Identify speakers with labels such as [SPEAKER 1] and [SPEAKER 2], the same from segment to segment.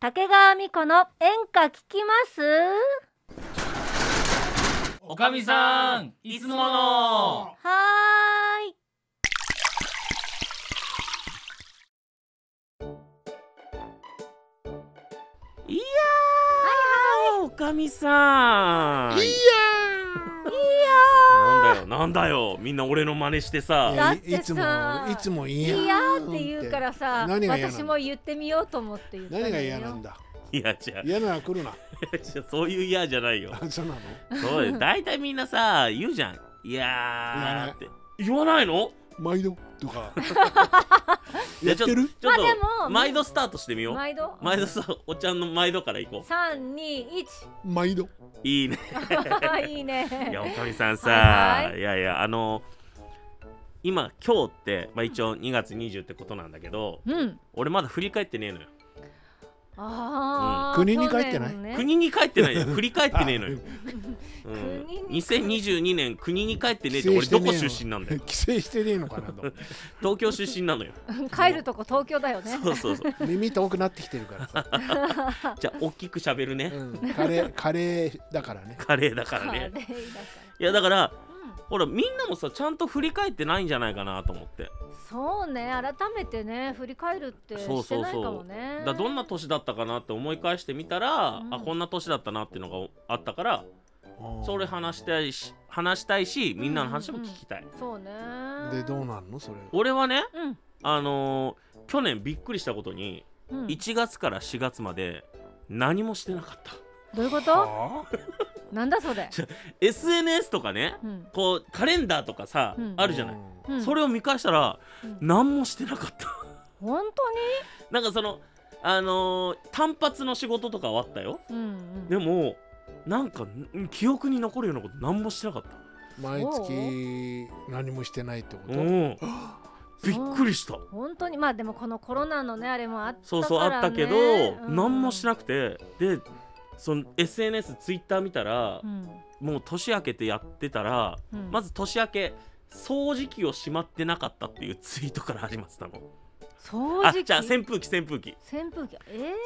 [SPEAKER 1] 竹川美子の演歌聞きます
[SPEAKER 2] おかみさんいつもの
[SPEAKER 1] はーい
[SPEAKER 3] いやー、おかみさん。いやなんだよ、なんだよ、みんな俺の真似して
[SPEAKER 1] い
[SPEAKER 3] さ。
[SPEAKER 1] やだっ
[SPEAKER 4] い
[SPEAKER 1] て
[SPEAKER 4] いつも
[SPEAKER 1] さ
[SPEAKER 4] いつも
[SPEAKER 1] い
[SPEAKER 4] い
[SPEAKER 1] や
[SPEAKER 4] や
[SPEAKER 1] ーって言うからさ
[SPEAKER 4] 何が嫌なん
[SPEAKER 1] 私
[SPEAKER 4] だ
[SPEAKER 1] も言ってみようと思って言ったのよ
[SPEAKER 4] 何が嫌なんだ
[SPEAKER 3] いや、じゃ
[SPEAKER 4] 嫌なら来るな
[SPEAKER 3] そういう嫌じゃないよ。
[SPEAKER 4] あそうなの
[SPEAKER 3] そうよ、大体みんなさ、言うじゃん。いやーって。言わないの
[SPEAKER 4] 毎度とか
[SPEAKER 3] いや
[SPEAKER 4] やっ
[SPEAKER 3] ちょって
[SPEAKER 4] る
[SPEAKER 3] ちょ
[SPEAKER 1] ま
[SPEAKER 3] っ
[SPEAKER 1] あでも
[SPEAKER 3] と、毎度スタートしてみよう。
[SPEAKER 1] 毎度
[SPEAKER 3] 毎度さ、おっちゃんの毎度からいこ
[SPEAKER 1] 三二一
[SPEAKER 4] 毎度
[SPEAKER 3] う。いいね。
[SPEAKER 1] いいね
[SPEAKER 3] いや、おかみさん
[SPEAKER 1] はい
[SPEAKER 3] さ
[SPEAKER 1] は、
[SPEAKER 3] いやいや、あの、今、今日って、まあ一応2月20ってことなんだけど、
[SPEAKER 1] うん
[SPEAKER 3] 俺まだ振り返ってねえのよ。
[SPEAKER 1] あー
[SPEAKER 4] うん国に帰ってない
[SPEAKER 1] 去年ね
[SPEAKER 3] 国に帰ってないよ振り返ってねえのよ、う
[SPEAKER 1] 国
[SPEAKER 3] ん、
[SPEAKER 1] に
[SPEAKER 3] 2022年国に帰ってねえって
[SPEAKER 4] 帰省
[SPEAKER 3] 俺
[SPEAKER 4] して
[SPEAKER 3] ど
[SPEAKER 4] ねえ
[SPEAKER 3] こ
[SPEAKER 4] の
[SPEAKER 3] 出身なん だよ
[SPEAKER 4] 帰省してねえのかなと
[SPEAKER 3] 東京出身なのよ
[SPEAKER 1] 帰るとこ東京だよね
[SPEAKER 3] そうそう そう
[SPEAKER 4] 耳遠くなってきてるからさ、
[SPEAKER 3] じゃあ大きく喋るね、
[SPEAKER 4] うん、カレーカレーだからね
[SPEAKER 3] カレーだか
[SPEAKER 1] カレ
[SPEAKER 3] らね
[SPEAKER 1] ーだから
[SPEAKER 3] いやだから
[SPEAKER 1] うん
[SPEAKER 3] ほらみんなもさちゃんと振り返ってないんじゃないかなと思って
[SPEAKER 1] そうね改めてね振り返るって
[SPEAKER 3] そう
[SPEAKER 1] して
[SPEAKER 3] そう
[SPEAKER 1] ないか
[SPEAKER 3] そ
[SPEAKER 1] も
[SPEAKER 3] う
[SPEAKER 1] ね
[SPEAKER 3] だどんな年だったかなって思い返してみたら、
[SPEAKER 1] うん
[SPEAKER 3] あこんな年だったなっていうのがあったからそれ話したいし話したいしみんなの話も聞きたい、
[SPEAKER 1] そうね
[SPEAKER 4] でどうなんのそれ
[SPEAKER 3] 俺はね
[SPEAKER 1] うん
[SPEAKER 3] あのー去年びっくりしたことに
[SPEAKER 1] うん
[SPEAKER 3] 1月から4月まで何もしてなかった
[SPEAKER 1] どういうこと
[SPEAKER 4] はあ
[SPEAKER 1] なんだそれ
[SPEAKER 3] SNS とかね
[SPEAKER 1] うん
[SPEAKER 3] こうカレンダーとかさ、
[SPEAKER 1] うん
[SPEAKER 3] あるじゃない、
[SPEAKER 4] う
[SPEAKER 1] うん
[SPEAKER 3] それを見返したら、
[SPEAKER 1] うん
[SPEAKER 3] 何もしてなかった
[SPEAKER 1] 本
[SPEAKER 3] なんかそのあのー単発の仕事とかはあったよ
[SPEAKER 1] 当にうんうん
[SPEAKER 3] でもなんかん記憶に残るようなこと何もしてなかった
[SPEAKER 4] ん毎月何もしてないってこ
[SPEAKER 3] う
[SPEAKER 4] と
[SPEAKER 3] んびっくりした
[SPEAKER 1] 本当にまあでもこのコロナのねあれもあったからね
[SPEAKER 3] そうそうあったけど、
[SPEAKER 1] うん
[SPEAKER 3] 何もしなくてでその SNSTwitter 見たら
[SPEAKER 1] う、ん
[SPEAKER 3] もう年明けてやってたら
[SPEAKER 1] うん
[SPEAKER 3] まず年明け掃除機をしまってなかったっていうツイートから始まってたの。
[SPEAKER 1] 掃
[SPEAKER 3] あ
[SPEAKER 1] 除
[SPEAKER 3] じゃあ
[SPEAKER 1] 機
[SPEAKER 3] 扇風機扇風機
[SPEAKER 1] 扇風機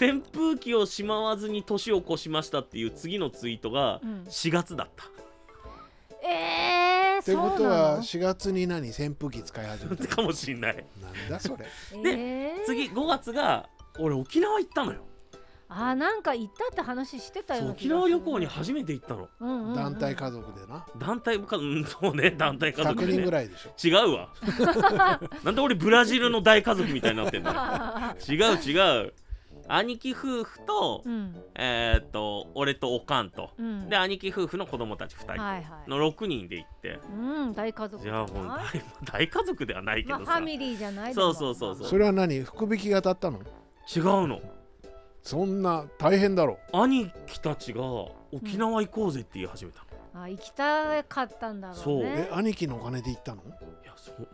[SPEAKER 1] え
[SPEAKER 3] 扇風機をしまわずに年を越しましたっていう次のツイートが
[SPEAKER 1] うん
[SPEAKER 3] 4月だった。
[SPEAKER 1] ーえー
[SPEAKER 4] ってこ
[SPEAKER 1] そう
[SPEAKER 4] と
[SPEAKER 1] な
[SPEAKER 4] は
[SPEAKER 1] の
[SPEAKER 4] 4月に何扇風機使い始めた
[SPEAKER 3] かもしんない。
[SPEAKER 4] なんだそれ
[SPEAKER 3] で
[SPEAKER 1] えー
[SPEAKER 3] 次5月が俺沖縄行ったのよ。
[SPEAKER 1] あーなんか行ったって話してた
[SPEAKER 3] そう
[SPEAKER 1] よ
[SPEAKER 3] 沖縄旅行に初めて行ったの。
[SPEAKER 1] 団
[SPEAKER 4] 団体家族でな
[SPEAKER 3] 団体か うんそうね団体家族
[SPEAKER 4] 100
[SPEAKER 3] で
[SPEAKER 4] 人ぐ
[SPEAKER 3] ね。
[SPEAKER 4] らいでしょ
[SPEAKER 3] 違うわ。 なんで俺ブラジルの大家族みたいになってんだ。違う違う。兄貴夫婦と、
[SPEAKER 1] うん
[SPEAKER 3] えーっと俺とおかんと、
[SPEAKER 1] うん
[SPEAKER 3] で兄貴夫婦の子供たち
[SPEAKER 1] は
[SPEAKER 3] 2
[SPEAKER 1] い
[SPEAKER 3] 人
[SPEAKER 1] はい
[SPEAKER 3] の6人で行って、
[SPEAKER 1] うん大家族
[SPEAKER 3] じ
[SPEAKER 1] じ
[SPEAKER 3] ゃ
[SPEAKER 1] ゃ
[SPEAKER 3] あもう
[SPEAKER 1] ない
[SPEAKER 3] 大大家族ではないけ
[SPEAKER 1] まあ
[SPEAKER 3] ど
[SPEAKER 1] フ
[SPEAKER 3] さ、
[SPEAKER 1] ァミリーじゃない
[SPEAKER 3] そうそうそうそう
[SPEAKER 4] それは何福引きが当たったの
[SPEAKER 3] 違うの
[SPEAKER 4] そんな大変だろ
[SPEAKER 3] 兄貴たちが沖縄行こうぜって言い始めたの、
[SPEAKER 1] うあ行きたかったんだろ
[SPEAKER 3] そうう
[SPEAKER 4] え
[SPEAKER 1] ね
[SPEAKER 4] 兄貴のお金で行ったの
[SPEAKER 3] いやそう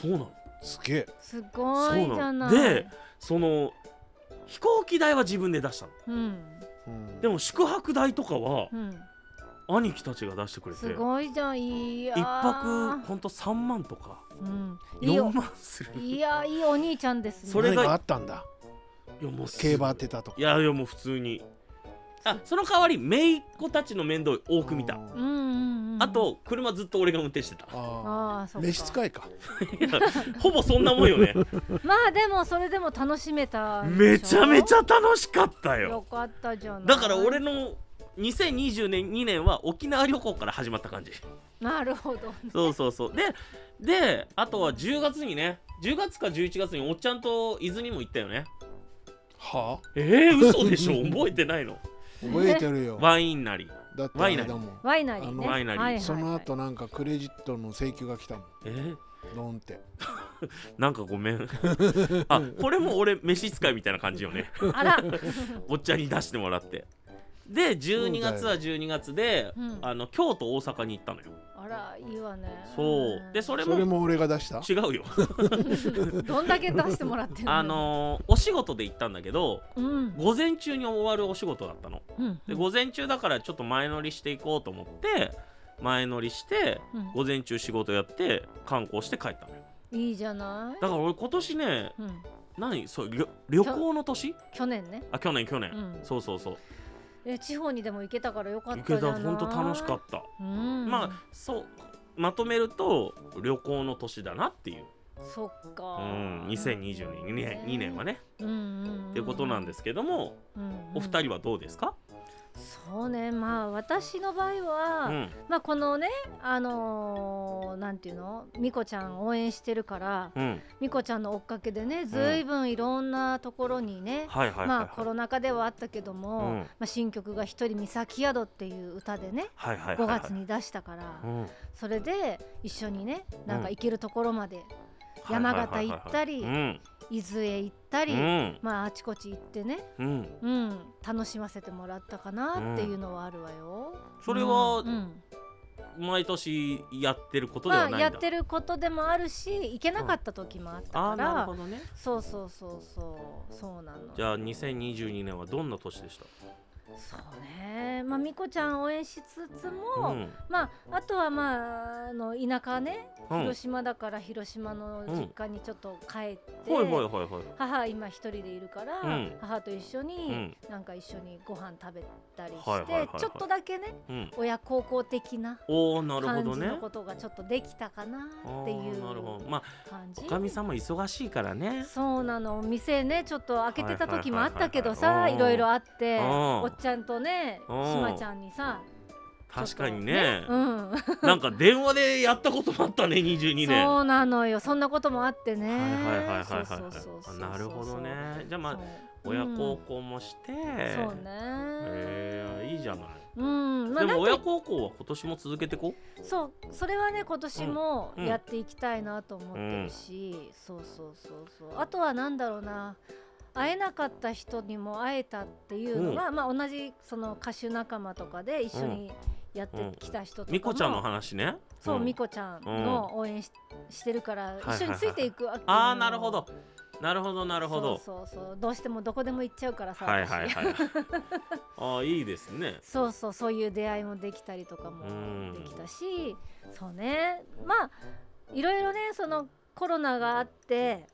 [SPEAKER 3] そうなの
[SPEAKER 4] すげえ
[SPEAKER 1] すごいじゃない
[SPEAKER 3] そうなのでその飛行機代は自分で出したの
[SPEAKER 1] うん
[SPEAKER 4] うん
[SPEAKER 3] でも宿泊代とかは
[SPEAKER 1] うん
[SPEAKER 3] 兄貴たちが出してくれて
[SPEAKER 1] すごいじゃんいいや
[SPEAKER 3] 一泊ほんと3万とか
[SPEAKER 1] うんいい
[SPEAKER 3] 4
[SPEAKER 1] よ
[SPEAKER 3] 万する
[SPEAKER 1] いやいいお兄ちゃんですね
[SPEAKER 3] それが
[SPEAKER 4] 何かあったんだ
[SPEAKER 3] いやもうす
[SPEAKER 4] 競馬当てたとか
[SPEAKER 3] いやいやもう普通にあその代わり姪っ子たちの面倒を多く見た
[SPEAKER 1] うんうんうん
[SPEAKER 3] あと車ずっと俺が運転し てた
[SPEAKER 4] あ
[SPEAKER 1] ああ
[SPEAKER 4] あ
[SPEAKER 1] そうか
[SPEAKER 4] 召使いか
[SPEAKER 3] いやほぼそんなもん よね
[SPEAKER 1] まあでもそれでも楽しめたん
[SPEAKER 3] め
[SPEAKER 1] で
[SPEAKER 3] ち
[SPEAKER 1] し
[SPEAKER 3] ゃ
[SPEAKER 1] ょ
[SPEAKER 3] めちゃ楽しかった
[SPEAKER 1] よ
[SPEAKER 3] よ
[SPEAKER 1] かったじゃない
[SPEAKER 3] だから俺の2020年2年は沖縄旅行から始まった 感じ
[SPEAKER 1] なるほど
[SPEAKER 3] そうそうそうでであとは10月にね10月か11月におっちゃんと伊豆にも行ったよね
[SPEAKER 4] はあ
[SPEAKER 3] えー、嘘でしょ 覚えてないの
[SPEAKER 4] 覚えてるよ
[SPEAKER 3] ワインなり
[SPEAKER 4] だってあ
[SPEAKER 3] ワイナ
[SPEAKER 4] れ
[SPEAKER 3] リー
[SPEAKER 4] だもん
[SPEAKER 1] ワイナリー
[SPEAKER 4] あ
[SPEAKER 1] ね
[SPEAKER 4] の
[SPEAKER 3] ワイナリー
[SPEAKER 1] はいはいはい
[SPEAKER 4] その後なんかクレジットの請求が来たもん
[SPEAKER 3] えー、
[SPEAKER 4] ドンって
[SPEAKER 3] なんかごめ んあこれも俺飯使いみたいな感じよね
[SPEAKER 1] あら
[SPEAKER 3] おっちゃんに出してもらってで12月は12月で、
[SPEAKER 1] うん
[SPEAKER 3] あの京都大阪に行ったのよ
[SPEAKER 1] あらいいわね
[SPEAKER 3] そうでそれ
[SPEAKER 4] そ
[SPEAKER 3] も
[SPEAKER 4] れも俺が出した
[SPEAKER 3] 違う よ
[SPEAKER 1] どんだけ出してもらってんの
[SPEAKER 3] あのーお仕事で行ったんだけど
[SPEAKER 1] うん
[SPEAKER 3] 午前中に終わるお仕事だったの
[SPEAKER 1] うん
[SPEAKER 3] で午前中だからちょっと前乗りしていこうと思って前乗りして
[SPEAKER 1] うん
[SPEAKER 3] 午前中仕事やって観光して帰ったのよ
[SPEAKER 1] いいじゃない
[SPEAKER 3] だから俺今年ね
[SPEAKER 1] うん
[SPEAKER 3] 何そう旅旅行の年
[SPEAKER 1] 去年ね
[SPEAKER 3] あ去年去年、
[SPEAKER 1] うん
[SPEAKER 3] そうそうそう
[SPEAKER 1] え地方にでも行けたからよかった
[SPEAKER 3] 行
[SPEAKER 1] じ
[SPEAKER 3] け
[SPEAKER 1] ゃな、
[SPEAKER 3] たほんと楽しかった
[SPEAKER 1] うん、
[SPEAKER 3] まあそうまとめると旅行の年だなっていう、
[SPEAKER 1] そっか
[SPEAKER 3] うん、2022年
[SPEAKER 1] ね
[SPEAKER 3] 2年はね
[SPEAKER 1] うんうんうんうん
[SPEAKER 3] っていうことなんですけども
[SPEAKER 1] うんうん
[SPEAKER 3] お二人はどうですか、
[SPEAKER 1] そうねまあ私の場合は、
[SPEAKER 3] うん
[SPEAKER 1] まあこのねあのーなんていうのみこちゃん応援してるから
[SPEAKER 3] うん、
[SPEAKER 1] みこちゃんの追っかけでねずいぶんいろんなところにね、
[SPEAKER 3] はいはいはい、はい
[SPEAKER 1] まあコロナ禍ではあったけども、
[SPEAKER 3] うん
[SPEAKER 1] まあ、新曲が「一人三崎宿」っていう歌でね
[SPEAKER 3] はいはいはいは
[SPEAKER 1] 5
[SPEAKER 3] い
[SPEAKER 1] 月に出したから、
[SPEAKER 3] うん
[SPEAKER 1] それで一緒にねなんか
[SPEAKER 3] うん
[SPEAKER 1] 行けるところまで、山形行ったり
[SPEAKER 3] はいはいはいはい
[SPEAKER 1] 伊豆へ行ったり、
[SPEAKER 3] うん
[SPEAKER 1] まああちこち行ってね、
[SPEAKER 3] うんうん、
[SPEAKER 1] うん、楽しませてもらったかなっていうのはあるわよ。
[SPEAKER 3] それは
[SPEAKER 1] うんうん
[SPEAKER 3] 毎年やってることでは
[SPEAKER 1] ま
[SPEAKER 3] ない
[SPEAKER 1] あ
[SPEAKER 3] んだ、
[SPEAKER 1] やってることでもあるし行けなかった時もあった
[SPEAKER 3] あ
[SPEAKER 1] か
[SPEAKER 3] ーな
[SPEAKER 1] ら、
[SPEAKER 3] るほどね
[SPEAKER 1] そうそうそうそうそうなの
[SPEAKER 3] じゃあ2022年はどんな年でした
[SPEAKER 1] そうねまあみこちゃん応援しつつも、
[SPEAKER 3] うん
[SPEAKER 1] まああとはまああの田舎ね、
[SPEAKER 3] うん
[SPEAKER 1] 広島だから広島の実家にちょっと帰って、
[SPEAKER 3] はいはいはいはい
[SPEAKER 1] 母今一人でいるから、
[SPEAKER 3] うん
[SPEAKER 1] 母と一緒に、なんか一緒にご飯食べたりして、
[SPEAKER 3] はいはいはいはい
[SPEAKER 1] ちょっとだけね
[SPEAKER 3] うん、
[SPEAKER 1] 親孝行的な
[SPEAKER 3] おおなるほ
[SPEAKER 1] 感
[SPEAKER 3] ど
[SPEAKER 1] じ
[SPEAKER 3] ね
[SPEAKER 1] のことがちょっとできたかなってい
[SPEAKER 3] あ
[SPEAKER 1] う
[SPEAKER 3] ーなるほどまあ
[SPEAKER 1] 感じ。
[SPEAKER 3] おかみさんも忙しいからね
[SPEAKER 1] そうなの店ねちょっと開けてた時もあったけど
[SPEAKER 3] は
[SPEAKER 1] さ
[SPEAKER 3] いはいいは
[SPEAKER 1] ろ
[SPEAKER 3] いはい
[SPEAKER 1] いろあって
[SPEAKER 3] うん
[SPEAKER 1] おっちゃんとね
[SPEAKER 3] うん
[SPEAKER 1] しまちゃんにさちょっと
[SPEAKER 3] 確かにね
[SPEAKER 1] うん
[SPEAKER 3] なんか電話でやったこともあったね22年
[SPEAKER 1] そうなのよそんなこともあってね
[SPEAKER 3] はいはいはいはい
[SPEAKER 1] そう
[SPEAKER 3] は
[SPEAKER 1] そう
[SPEAKER 3] い
[SPEAKER 1] そうそう
[SPEAKER 3] あ
[SPEAKER 1] そう
[SPEAKER 3] なるほどねじゃあま
[SPEAKER 1] そう
[SPEAKER 3] あ親
[SPEAKER 1] う
[SPEAKER 3] 孝
[SPEAKER 1] ん
[SPEAKER 3] 行もし
[SPEAKER 1] そ
[SPEAKER 3] て、
[SPEAKER 1] う
[SPEAKER 3] え
[SPEAKER 1] ね
[SPEAKER 3] ーいいじゃない、
[SPEAKER 1] うんまあ
[SPEAKER 3] で
[SPEAKER 1] な
[SPEAKER 3] も
[SPEAKER 1] んか
[SPEAKER 3] 親孝行は今年も続けてこ
[SPEAKER 1] そうそれはね今年も
[SPEAKER 3] うん
[SPEAKER 1] やっていきたいなと思ってるしそうそうそうそうあとはなんだろうな会えなかった人にも会えたっていうのはまあ同じその歌手仲間とかで一緒にやってきた人とかも
[SPEAKER 3] みこちゃんの話ね
[SPEAKER 1] そう、
[SPEAKER 3] ん
[SPEAKER 1] みこちゃんの応援ししてるから
[SPEAKER 3] いはい
[SPEAKER 1] 一緒についていくわけよ
[SPEAKER 3] ああなるほどなるほどなるほど
[SPEAKER 1] そうそうそうどうしてもどこでも行っちゃうからさ、
[SPEAKER 3] はいはい
[SPEAKER 1] 私
[SPEAKER 3] はい ああいいですね
[SPEAKER 1] そうそうそういう出会いもできたりとかも
[SPEAKER 3] うん
[SPEAKER 1] できたしそうねまあいろいろねそのコロナがあって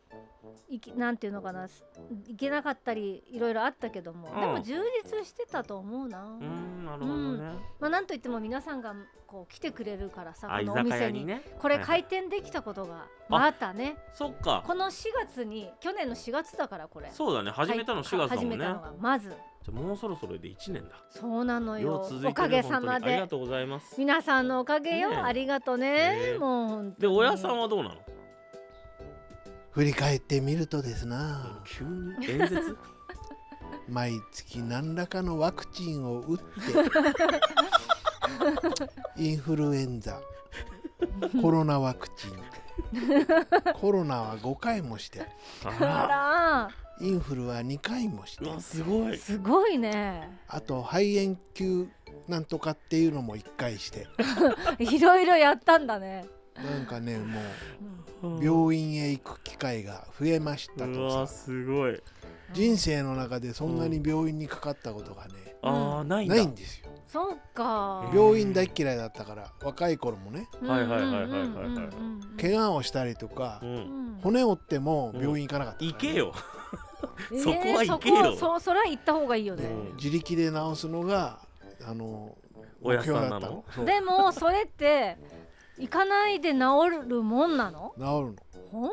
[SPEAKER 1] いきなんていうのかなす行けなかったりいろいろあったけども、
[SPEAKER 3] うん
[SPEAKER 1] でも充実してたと思うな、
[SPEAKER 3] うーんなるほどね、
[SPEAKER 1] まあなんといっても皆さんがこう来てくれるからさ
[SPEAKER 3] あ
[SPEAKER 1] こ
[SPEAKER 3] 居
[SPEAKER 1] のお
[SPEAKER 3] 酒
[SPEAKER 1] 店
[SPEAKER 3] 屋
[SPEAKER 1] に
[SPEAKER 3] にね
[SPEAKER 1] これ
[SPEAKER 3] はいは
[SPEAKER 1] 開
[SPEAKER 3] い
[SPEAKER 1] 店できたことが
[SPEAKER 3] あ
[SPEAKER 1] またね
[SPEAKER 3] そっか
[SPEAKER 1] この4月に去年の4月だからこれ
[SPEAKER 3] そうだね始めたの4月
[SPEAKER 1] は
[SPEAKER 3] だもんね
[SPEAKER 1] い始め
[SPEAKER 3] じ
[SPEAKER 1] た
[SPEAKER 3] ゃ
[SPEAKER 1] のがまず
[SPEAKER 3] あもうそろそろで1年だ
[SPEAKER 1] そうなの
[SPEAKER 3] よう
[SPEAKER 1] よ
[SPEAKER 3] 続いてる
[SPEAKER 1] おかげさ
[SPEAKER 3] 本
[SPEAKER 1] ま
[SPEAKER 3] 当にあり
[SPEAKER 1] で
[SPEAKER 3] がとうございます
[SPEAKER 1] 皆さんのおかげよ、
[SPEAKER 3] ねえ
[SPEAKER 1] ありがとね
[SPEAKER 3] ねえ
[SPEAKER 1] もう本当
[SPEAKER 3] で
[SPEAKER 1] に
[SPEAKER 3] 親さんはどうなの
[SPEAKER 4] 振り返ってみるとですな
[SPEAKER 3] 急に演説
[SPEAKER 4] 毎月何らかのワクチンを打 ってインフルエンザコロナワクチンコロナは5回もして
[SPEAKER 1] あ
[SPEAKER 3] あ
[SPEAKER 1] ら
[SPEAKER 4] インフルは2回もし
[SPEAKER 3] ー
[SPEAKER 4] て
[SPEAKER 3] うわすごい
[SPEAKER 1] すごいね
[SPEAKER 4] あと肺炎球なんとかっていうのも1回して
[SPEAKER 1] いろいろやったんだね、
[SPEAKER 4] なんかねも
[SPEAKER 1] うん
[SPEAKER 4] う病院へ行く機会が増えました
[SPEAKER 3] う
[SPEAKER 4] と
[SPEAKER 3] わ
[SPEAKER 4] さ
[SPEAKER 3] すごい
[SPEAKER 4] 人生の中でそんなに病院にかかったことがね、
[SPEAKER 3] ああないんだ
[SPEAKER 4] ないんですよ
[SPEAKER 1] そうか
[SPEAKER 3] え
[SPEAKER 4] 病院大っ嫌いだったから若い頃もね
[SPEAKER 3] はいはいはいはいはいはい
[SPEAKER 1] うんうんうんうん
[SPEAKER 4] 怪我をしたりとか
[SPEAKER 3] う、ん
[SPEAKER 1] うん
[SPEAKER 4] 骨折っても病院行かなかったからね、
[SPEAKER 3] 行けよ
[SPEAKER 1] えー
[SPEAKER 3] そこは行けよ
[SPEAKER 1] そこそうそれは行った方がいいよね、
[SPEAKER 3] うん
[SPEAKER 4] 自力で治すのがあの
[SPEAKER 3] 親さんなの
[SPEAKER 4] そう
[SPEAKER 1] でもそれって行かないで治るもんなの
[SPEAKER 4] 治るの
[SPEAKER 1] 本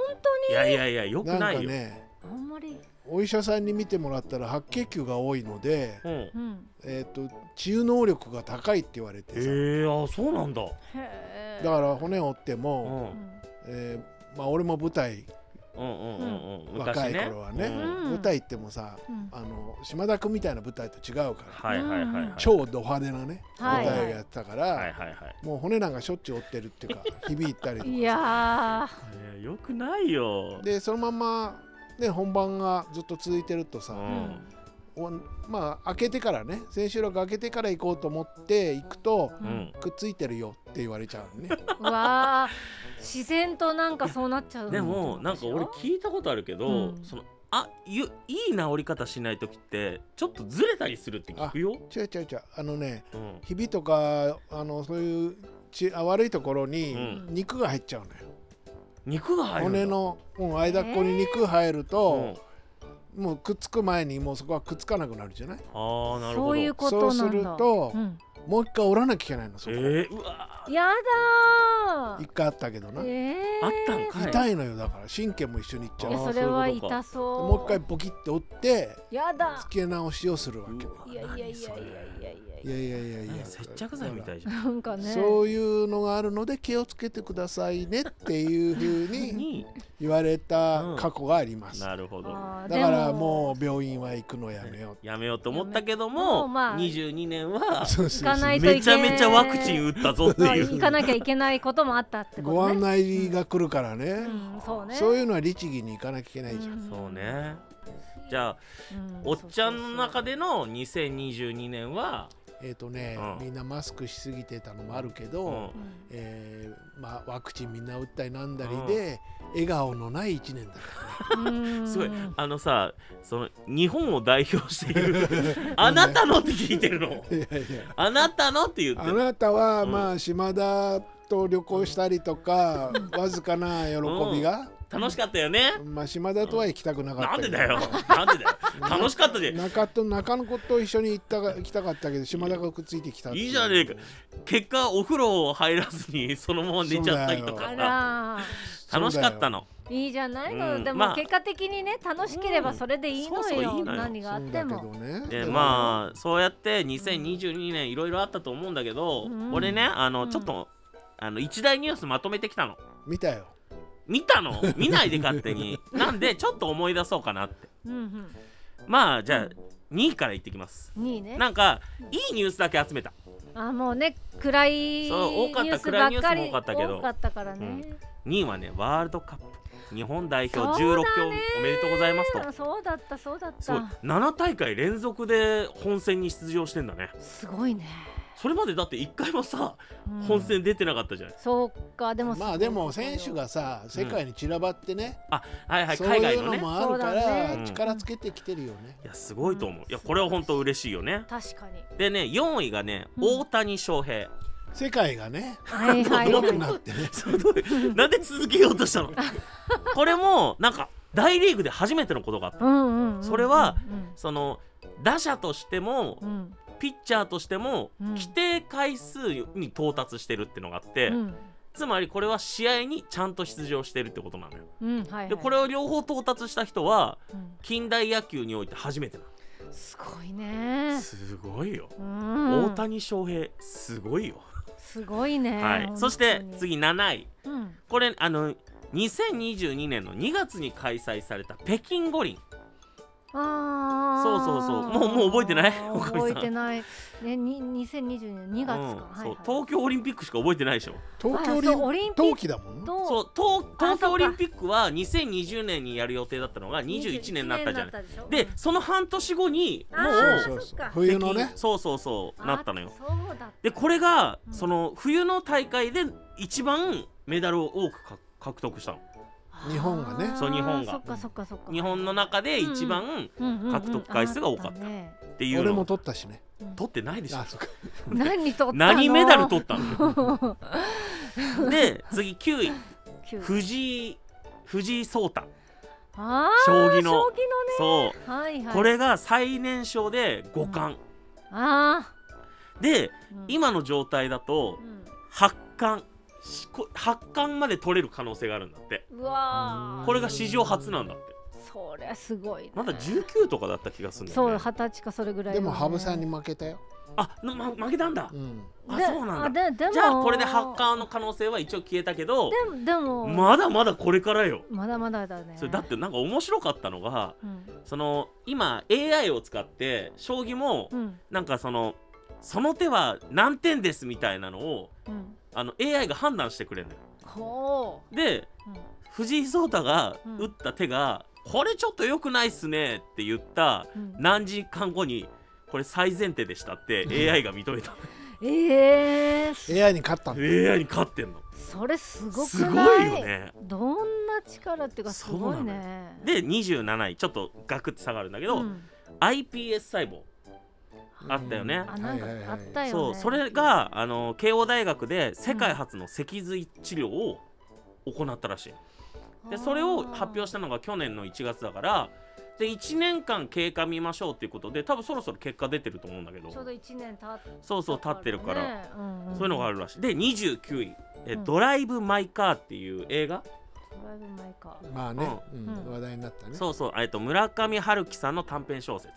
[SPEAKER 3] いやいやいやよく
[SPEAKER 4] なん
[SPEAKER 3] な
[SPEAKER 4] か
[SPEAKER 3] いよ
[SPEAKER 4] ね
[SPEAKER 1] 当あんまり
[SPEAKER 4] お医者さんに診てもらったら白血球が多いので、
[SPEAKER 3] うん
[SPEAKER 1] うん
[SPEAKER 4] えー、と治癒能力が高いって言われて
[SPEAKER 3] え
[SPEAKER 4] さ、
[SPEAKER 3] ー、あそうなんだ、
[SPEAKER 1] へえ
[SPEAKER 4] だから骨折って
[SPEAKER 3] うん、う
[SPEAKER 4] も、
[SPEAKER 3] ん
[SPEAKER 4] えーまあ、俺も舞台
[SPEAKER 3] うんうんうん
[SPEAKER 4] 若
[SPEAKER 3] 昔
[SPEAKER 4] い
[SPEAKER 3] ね
[SPEAKER 4] 頃はね
[SPEAKER 1] うん
[SPEAKER 4] 舞台行ってもさ
[SPEAKER 1] うん
[SPEAKER 4] あの島田君みたいな舞台と違うから、
[SPEAKER 3] はいはいはい、はい、
[SPEAKER 4] 超ド派手なね
[SPEAKER 1] は
[SPEAKER 4] 舞
[SPEAKER 1] いはい
[SPEAKER 4] 台をやってたから、
[SPEAKER 3] はいはいはい
[SPEAKER 4] もう骨なんかしょっちゅう折ってるってい うか響いたりとか
[SPEAKER 1] いや
[SPEAKER 3] ねよくないよ。
[SPEAKER 4] でそのまま、ね、本番がずっと続いてるとさ、
[SPEAKER 3] う
[SPEAKER 1] ー、
[SPEAKER 3] ん
[SPEAKER 4] おまあ開けてからね千秋楽開けてから行こうと思って行くと
[SPEAKER 1] う
[SPEAKER 3] うんん、
[SPEAKER 4] くっついてるよって言われちゃう のね
[SPEAKER 1] うわー自然となんかそうなっちゃうの
[SPEAKER 3] でもなんか俺聞いたことあるけど、
[SPEAKER 1] うん
[SPEAKER 3] そのあゆいい治り方しない時ってちょっとずれたりするって聞くよ。
[SPEAKER 4] 違う違う違うあのね
[SPEAKER 3] うん、
[SPEAKER 4] ひびとかあのそういうちあ悪いところ
[SPEAKER 3] う
[SPEAKER 4] に
[SPEAKER 3] ん
[SPEAKER 4] 肉が入っちゃうのよ、
[SPEAKER 3] 肉が入るんだ
[SPEAKER 4] 骨の、うん、間っこに肉入る
[SPEAKER 3] うん
[SPEAKER 4] と、もうくっつく前にもうそこはくっつかなくなるじゃな
[SPEAKER 3] ああ
[SPEAKER 4] い
[SPEAKER 3] なるほど
[SPEAKER 1] そういうことなんだ
[SPEAKER 4] そうすると
[SPEAKER 1] うん
[SPEAKER 4] もう一回折らなきゃいけないのそこ、
[SPEAKER 3] えー、うわ
[SPEAKER 1] やだ
[SPEAKER 4] 一回あったけどな、
[SPEAKER 1] ーえー
[SPEAKER 3] あったんかい
[SPEAKER 4] 痛いのよだから神経も一緒にいっちゃ
[SPEAKER 1] いうや
[SPEAKER 3] あー
[SPEAKER 1] それは
[SPEAKER 3] そういうことか
[SPEAKER 1] 痛そう
[SPEAKER 4] もう一回ボキって折って
[SPEAKER 1] やだ
[SPEAKER 4] 付け直しをするわけ
[SPEAKER 3] うわ
[SPEAKER 1] いやいやいやい
[SPEAKER 3] 何そ
[SPEAKER 1] や
[SPEAKER 3] れ
[SPEAKER 1] いやいやい
[SPEAKER 4] い
[SPEAKER 1] や
[SPEAKER 4] やいやいやいや
[SPEAKER 3] 何接着剤みた
[SPEAKER 4] い
[SPEAKER 3] いじゃん
[SPEAKER 1] なんかね
[SPEAKER 4] そういうのがあるので気をつけてくださいねっていうふうに
[SPEAKER 3] に
[SPEAKER 4] 言われた過去があります、
[SPEAKER 3] なるほど
[SPEAKER 1] あー
[SPEAKER 4] だから
[SPEAKER 1] で
[SPEAKER 4] もう病院は行くのやめよう
[SPEAKER 3] やめようと思ったけど
[SPEAKER 1] やめも
[SPEAKER 3] も
[SPEAKER 1] うまあ
[SPEAKER 3] 22年は
[SPEAKER 4] そうそう
[SPEAKER 1] 行かないといけ
[SPEAKER 3] めちゃめちゃワクチン打ったぞって
[SPEAKER 1] まあ
[SPEAKER 3] い
[SPEAKER 1] 行
[SPEAKER 3] う
[SPEAKER 1] かなきゃいけないこともあったってこ
[SPEAKER 4] ご
[SPEAKER 1] と
[SPEAKER 4] 案
[SPEAKER 1] ね
[SPEAKER 4] 内が来るからね,、
[SPEAKER 1] うんそうね
[SPEAKER 4] そういうのは律儀に行かなきゃいけないじゃん、
[SPEAKER 1] ん
[SPEAKER 3] そうねじゃあ
[SPEAKER 1] うん
[SPEAKER 3] おっちゃんの中での2022年は
[SPEAKER 4] えっ、とね、
[SPEAKER 3] うん
[SPEAKER 4] みんなマスクしすぎてたのもあるけど、
[SPEAKER 3] うん
[SPEAKER 1] うん
[SPEAKER 4] えーまあ、ワクチンみんな打ったりなんだりで、笑顔のない1年だった
[SPEAKER 1] うん
[SPEAKER 3] すごいあのさその日本を代表している あなたのって 聞いてるの
[SPEAKER 4] いやいや
[SPEAKER 3] あなたのって言って
[SPEAKER 4] あ
[SPEAKER 3] る
[SPEAKER 4] なたは、
[SPEAKER 3] うん
[SPEAKER 4] まあ島田と旅行したりと か、わずかな喜びが、
[SPEAKER 3] 楽しかったよね
[SPEAKER 4] まあ島田とは行きたくなかった
[SPEAKER 3] なん
[SPEAKER 4] け
[SPEAKER 3] で
[SPEAKER 4] ど
[SPEAKER 3] だよなんでだよ楽しかったで
[SPEAKER 4] 中と中の子と一緒に行ったが行きたかったけど島田がくっついてきたってう
[SPEAKER 3] いいじゃねえか結果お風呂を入らずにそのまま寝ちゃったり
[SPEAKER 1] あ
[SPEAKER 3] とかさ
[SPEAKER 1] ら
[SPEAKER 3] 楽しかったの
[SPEAKER 1] いいじゃないの、
[SPEAKER 3] うん
[SPEAKER 1] で
[SPEAKER 3] ま
[SPEAKER 1] も
[SPEAKER 3] あ
[SPEAKER 1] 結果的にね楽しければそれでいいのよ、
[SPEAKER 3] うんそうそういいのよ
[SPEAKER 1] 何があって
[SPEAKER 4] そう
[SPEAKER 1] も
[SPEAKER 4] だけどね
[SPEAKER 3] で
[SPEAKER 4] も
[SPEAKER 3] まあそうやって2022年いろいろあったと思うんだけど、
[SPEAKER 1] うん
[SPEAKER 3] 俺ねあ
[SPEAKER 1] う
[SPEAKER 3] の、
[SPEAKER 1] ん
[SPEAKER 3] ちょっとあの一大ニュースまとめてきたの
[SPEAKER 4] 見たよ
[SPEAKER 3] 見たの見ないで勝 手になんでちょっと思い出そうかなって
[SPEAKER 1] うん
[SPEAKER 3] まあじゃあ2位からいってきます
[SPEAKER 1] うんいいね
[SPEAKER 3] なんかいいニュースだけ集めた
[SPEAKER 1] あもうね暗いニ
[SPEAKER 3] そう
[SPEAKER 1] ュ
[SPEAKER 3] 多かった
[SPEAKER 1] ースばっか
[SPEAKER 3] 暗いニュース
[SPEAKER 1] り
[SPEAKER 3] も多かったけど
[SPEAKER 1] 多かったからね、
[SPEAKER 3] 2位はねワールドカップ日本代表
[SPEAKER 1] そうだ
[SPEAKER 3] 16
[SPEAKER 1] ね
[SPEAKER 3] 強おめでとうございますと
[SPEAKER 1] そうだったそうだっ
[SPEAKER 3] そう
[SPEAKER 1] た
[SPEAKER 3] 7大会連続で本戦に出場してんだね
[SPEAKER 1] すごいね、
[SPEAKER 3] それまでだって1回もさ
[SPEAKER 1] うん
[SPEAKER 3] 本戦出てなかったじゃない、
[SPEAKER 1] そうかでも
[SPEAKER 4] まあでも選手がさ世界に散らばってね、
[SPEAKER 3] はいはい
[SPEAKER 4] そう
[SPEAKER 3] 海
[SPEAKER 4] い
[SPEAKER 3] 外
[SPEAKER 4] う
[SPEAKER 3] の
[SPEAKER 4] の
[SPEAKER 3] ね
[SPEAKER 4] もあるか
[SPEAKER 1] そう
[SPEAKER 4] ら、
[SPEAKER 1] だ
[SPEAKER 3] ね
[SPEAKER 4] 力つけてきてるよね、
[SPEAKER 3] いやすごいと思う、いやこれは本当嬉しいよね
[SPEAKER 1] 確かに
[SPEAKER 3] でね4位がね、
[SPEAKER 1] うん
[SPEAKER 3] 大谷翔平
[SPEAKER 4] 世界がね
[SPEAKER 1] はいはい
[SPEAKER 4] 黒
[SPEAKER 1] は
[SPEAKER 4] く
[SPEAKER 1] い
[SPEAKER 4] なってね
[SPEAKER 3] そうどういうなんで続けようとしたのこれもなんか大リーグで初めてのことがあった
[SPEAKER 1] うんうんうんうん
[SPEAKER 3] それはその打者としても
[SPEAKER 1] うんうん
[SPEAKER 3] ピッチャーとしても、
[SPEAKER 1] うん
[SPEAKER 3] 規定回数に到達してるってのがあって、
[SPEAKER 1] うん
[SPEAKER 3] つまりこれは試合にちゃんと出場してるってことなのよ
[SPEAKER 1] うんはいはい
[SPEAKER 3] でこれを両方到達した人は
[SPEAKER 1] うん
[SPEAKER 3] 近代野球において初めてな
[SPEAKER 1] すごい
[SPEAKER 3] の
[SPEAKER 1] ね
[SPEAKER 3] すごいよ、
[SPEAKER 1] うん
[SPEAKER 3] 大谷翔平すごいよ
[SPEAKER 1] すごいね
[SPEAKER 3] はい、そして
[SPEAKER 1] 本当に
[SPEAKER 3] 次7位
[SPEAKER 1] うん
[SPEAKER 3] これあの2022年の2月に開催された北京五輪
[SPEAKER 1] あー
[SPEAKER 3] そうそうそうもうもう覚えてな
[SPEAKER 1] あ
[SPEAKER 3] い
[SPEAKER 1] ー
[SPEAKER 3] おかみさん
[SPEAKER 1] 覚えてないねに2020年2月か、
[SPEAKER 3] うん
[SPEAKER 1] はい
[SPEAKER 3] そう
[SPEAKER 1] はい
[SPEAKER 3] 東京オリンピックしか覚えてないでしょ
[SPEAKER 4] 東京
[SPEAKER 1] あそうオ
[SPEAKER 4] オリ
[SPEAKER 1] リ
[SPEAKER 4] ン
[SPEAKER 1] ン
[SPEAKER 4] ピ
[SPEAKER 1] ピック
[SPEAKER 4] 冬季だもん
[SPEAKER 1] と
[SPEAKER 3] そう東東
[SPEAKER 1] そう
[SPEAKER 3] 京
[SPEAKER 1] か
[SPEAKER 3] オリンピックは2020年にやる予定だったのが21年になったじゃない
[SPEAKER 1] 21年になった
[SPEAKER 3] でその半年後にも
[SPEAKER 1] あー
[SPEAKER 3] う
[SPEAKER 1] そっか
[SPEAKER 4] 冬のね
[SPEAKER 3] 北京そうそうそう
[SPEAKER 1] あ
[SPEAKER 3] なったのよ
[SPEAKER 1] そうだ
[SPEAKER 3] でこれが、
[SPEAKER 1] うん
[SPEAKER 3] その冬の大会で一番メダルを多くか獲得したの
[SPEAKER 4] 日本がね
[SPEAKER 1] あー
[SPEAKER 3] そう日本が
[SPEAKER 1] そっかそっかそっか
[SPEAKER 3] 日本の中で一番獲得回数が多かった
[SPEAKER 1] うんうんうんあね
[SPEAKER 3] っていうの
[SPEAKER 4] 俺も取ったしね
[SPEAKER 3] 取ってないでしょ
[SPEAKER 4] あそうか
[SPEAKER 1] 何取ったの
[SPEAKER 3] 何メダル取ったので次9位
[SPEAKER 1] 九
[SPEAKER 3] 藤井藤井聡太
[SPEAKER 1] あー
[SPEAKER 3] 将棋の
[SPEAKER 1] 将
[SPEAKER 3] そう、
[SPEAKER 1] 棋のねはいはい
[SPEAKER 3] これが最年少で五冠、
[SPEAKER 1] あ
[SPEAKER 3] で
[SPEAKER 1] ーうん
[SPEAKER 3] 今の状態だと
[SPEAKER 1] うん
[SPEAKER 3] 八冠しこ八冠まで取れる可能性があるんだって
[SPEAKER 1] うわー
[SPEAKER 3] これが史上初なんだって
[SPEAKER 1] そりゃすごいね
[SPEAKER 3] まだ19とかだった気がするんだよ、
[SPEAKER 1] そう
[SPEAKER 3] ね、
[SPEAKER 1] 二十歳かそれぐらい
[SPEAKER 4] で
[SPEAKER 1] よね
[SPEAKER 4] も羽生さんに負けたよ、
[SPEAKER 3] あ、なま、負けたんだ
[SPEAKER 4] うん、
[SPEAKER 3] あ
[SPEAKER 1] で
[SPEAKER 3] そうなんだ
[SPEAKER 1] あででも
[SPEAKER 3] じゃあこれで八冠の可能性は一応消えたけど
[SPEAKER 1] でもでも
[SPEAKER 3] まだまだこれからよ
[SPEAKER 1] まだまだだね
[SPEAKER 3] それだってなんか面白かったのが
[SPEAKER 1] うん
[SPEAKER 3] その今 AI を使って将棋も
[SPEAKER 1] うん
[SPEAKER 3] なんかそのその手は何点ですみたいなのを
[SPEAKER 1] うん
[SPEAKER 3] あの AI が判断してくれるのよ
[SPEAKER 1] ほ
[SPEAKER 3] で
[SPEAKER 1] ううん
[SPEAKER 3] 藤井聡太が
[SPEAKER 1] うん
[SPEAKER 3] 打った手が、これちょっと良くないっすねって言った
[SPEAKER 1] うん
[SPEAKER 3] 何時間後にこれ最前提でしたって AI が認 めた
[SPEAKER 1] えー、す
[SPEAKER 4] AI に勝ったんだ
[SPEAKER 3] AI に勝ってんの
[SPEAKER 1] それすごく
[SPEAKER 3] す
[SPEAKER 1] ない
[SPEAKER 3] ごいよね
[SPEAKER 1] どんな力っていうかすごいね
[SPEAKER 3] で27位ちょっとガクッて下がるんだけど、
[SPEAKER 1] うん、
[SPEAKER 3] iPS 細胞あったよね
[SPEAKER 1] あなんか
[SPEAKER 4] はいはいはい
[SPEAKER 1] あったよね、
[SPEAKER 3] そうそれがあの慶応大学で世界初の脊髄治療を行ったらしい、でそれを発表したのが去年の1月だからで1年間経過見ましょうっていうことで多分そろそろ結果出てると思うんだけど
[SPEAKER 1] ちょうど1年経って
[SPEAKER 3] そうそう立ってるから、
[SPEAKER 1] ねんん
[SPEAKER 3] そういうのがあるらしいで29位え、
[SPEAKER 1] うん
[SPEAKER 3] ドライブ・マイ・カー」っていう映画、
[SPEAKER 1] だいぶ前か
[SPEAKER 4] まあね、うん
[SPEAKER 1] うん
[SPEAKER 4] 話題になったね。
[SPEAKER 3] そうそう、えっと、村上春樹さんの短編小説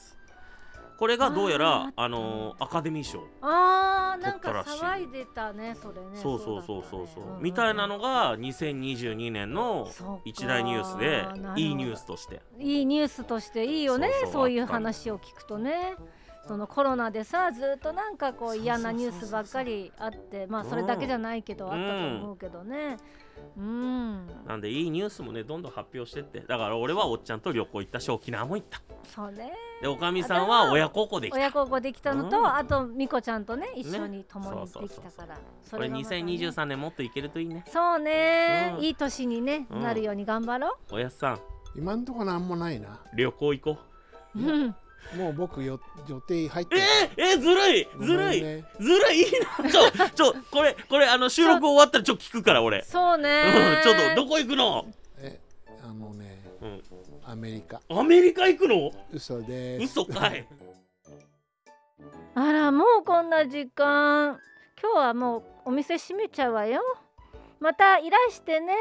[SPEAKER 3] これがどうやら
[SPEAKER 1] あ
[SPEAKER 3] あ
[SPEAKER 1] ーあった
[SPEAKER 3] のーアカデミー賞
[SPEAKER 1] あーなんか
[SPEAKER 3] 撮ったらしい
[SPEAKER 1] 騒いでたねそれね
[SPEAKER 3] そうそうそうそ
[SPEAKER 1] だ
[SPEAKER 3] うそう、
[SPEAKER 1] ったね
[SPEAKER 3] みたいなのが2022年の
[SPEAKER 1] そっか
[SPEAKER 3] 一大ニュースで
[SPEAKER 1] なるほど
[SPEAKER 3] いいニュースとして
[SPEAKER 1] いいニュースとしていいよね
[SPEAKER 3] そう
[SPEAKER 1] そ
[SPEAKER 3] そうう
[SPEAKER 1] いう
[SPEAKER 3] あったんだ
[SPEAKER 1] 話を聞くとねそのコロナでさずっとなんかこう嫌なニュースばっかりあってまあそれだけじゃないけど、
[SPEAKER 3] うん
[SPEAKER 1] あったと思うけどねうん
[SPEAKER 3] なんでいいニュースもねどんどん発表してってだから俺はおっちゃんと旅行行ったし沖縄も行った
[SPEAKER 1] そうね
[SPEAKER 3] でおかみさんは親孝行できた
[SPEAKER 1] 親孝行できたのと、
[SPEAKER 3] うん
[SPEAKER 1] あとみこちゃんとね一緒に共に
[SPEAKER 3] そう
[SPEAKER 1] でき
[SPEAKER 3] そう
[SPEAKER 1] た
[SPEAKER 3] そ
[SPEAKER 1] か
[SPEAKER 3] う
[SPEAKER 1] ら
[SPEAKER 3] こ
[SPEAKER 1] そ
[SPEAKER 3] れ
[SPEAKER 1] がまたね
[SPEAKER 3] 2023年もっといけるといいね
[SPEAKER 1] そうね、
[SPEAKER 3] うん
[SPEAKER 1] いい年に、ね
[SPEAKER 3] うん
[SPEAKER 1] なるように頑張ろ
[SPEAKER 3] おやっさん
[SPEAKER 4] 今んとこなんもないな。
[SPEAKER 3] 旅行行こ
[SPEAKER 1] う、うん、
[SPEAKER 4] もう僕よ予定入って
[SPEAKER 3] う
[SPEAKER 4] る。
[SPEAKER 3] えー、えー、ずるい
[SPEAKER 4] ごめ
[SPEAKER 3] ず
[SPEAKER 4] んね
[SPEAKER 3] るい、ずるいいいなちょちょこれこれあの収録終わったらちょっと聞くから俺、
[SPEAKER 1] そうね
[SPEAKER 3] うん、ちょっとどこ行くの、
[SPEAKER 4] え、あのね、
[SPEAKER 3] うん、
[SPEAKER 4] アメリカ。
[SPEAKER 3] アメリカ行くの
[SPEAKER 4] 嘘です。
[SPEAKER 3] 嘘かい
[SPEAKER 1] あらもうこんな時間今日はもうお店閉めちゃうわよまたいらしてね